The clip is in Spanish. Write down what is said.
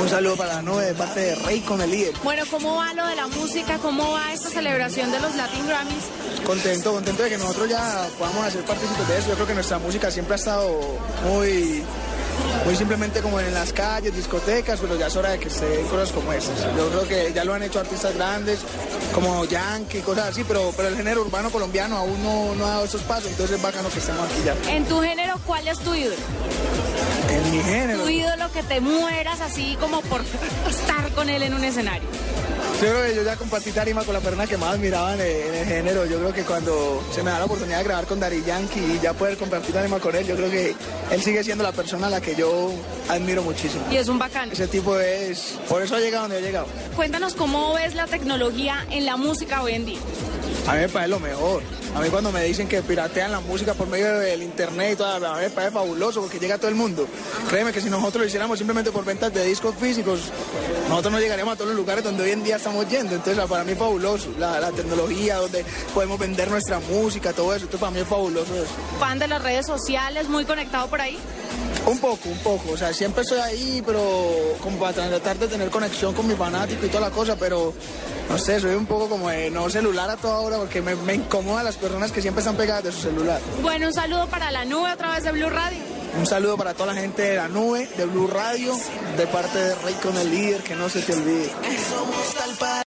Un saludo para la nube de parte de Rey con el líder. Bueno, ¿cómo va lo de la música? ¿Cómo va esta celebración de los Latin Grammys? Contento, contento de que nosotros ya podamos hacer partícipes de eso. Yo creo que nuestra música siempre ha estado muy, muy simplemente como en las calles, discotecas, pero ya es hora de que se den cosas como esas. Yo creo que ya lo han hecho artistas grandes, como Yankee, cosas así, pero, pero el género urbano colombiano aún no, no ha dado esos pasos, entonces es bacano que estemos aquí ya. En tu género, ¿cuál es tu ídolo? En mi género. Tu ídolo que te mueras así como por estar con él en un escenario. Yo creo que yo ya compartí tarima con la persona que más admiraba en el, en el género. Yo creo que cuando se me da la oportunidad de grabar con Dari Yankee y ya poder compartir tarima con él, yo creo que él sigue siendo la persona a la que yo admiro muchísimo. Y es un bacán. Ese tipo es... Por eso ha llegado donde ha llegado. Cuéntanos cómo ves la tecnología en la música hoy en día. A mí me parece lo mejor. A mí cuando me dicen que piratean la música por medio del internet y todo, a mí me parece fabuloso porque llega a todo el mundo. Créeme que si nosotros lo hiciéramos simplemente por ventas de discos físicos, nosotros no llegaríamos a todos los lugares donde hoy en día estamos yendo. Entonces para mí es fabuloso. La, la tecnología, donde podemos vender nuestra música, todo eso. Entonces para mí es fabuloso eso. Fan de las redes sociales, muy conectado por ahí. Un poco, un poco. O sea, siempre estoy ahí, pero como para tratar de tener conexión con mi fanático y toda la cosa, pero no sé, soy un poco como de no celular a toda hora porque me, me incomoda las personas que siempre están pegadas de su celular. Bueno, un saludo para la nube a través de Blue Radio. Un saludo para toda la gente de la nube, de Blue Radio, de parte de Rey con el líder, que no se te olvide.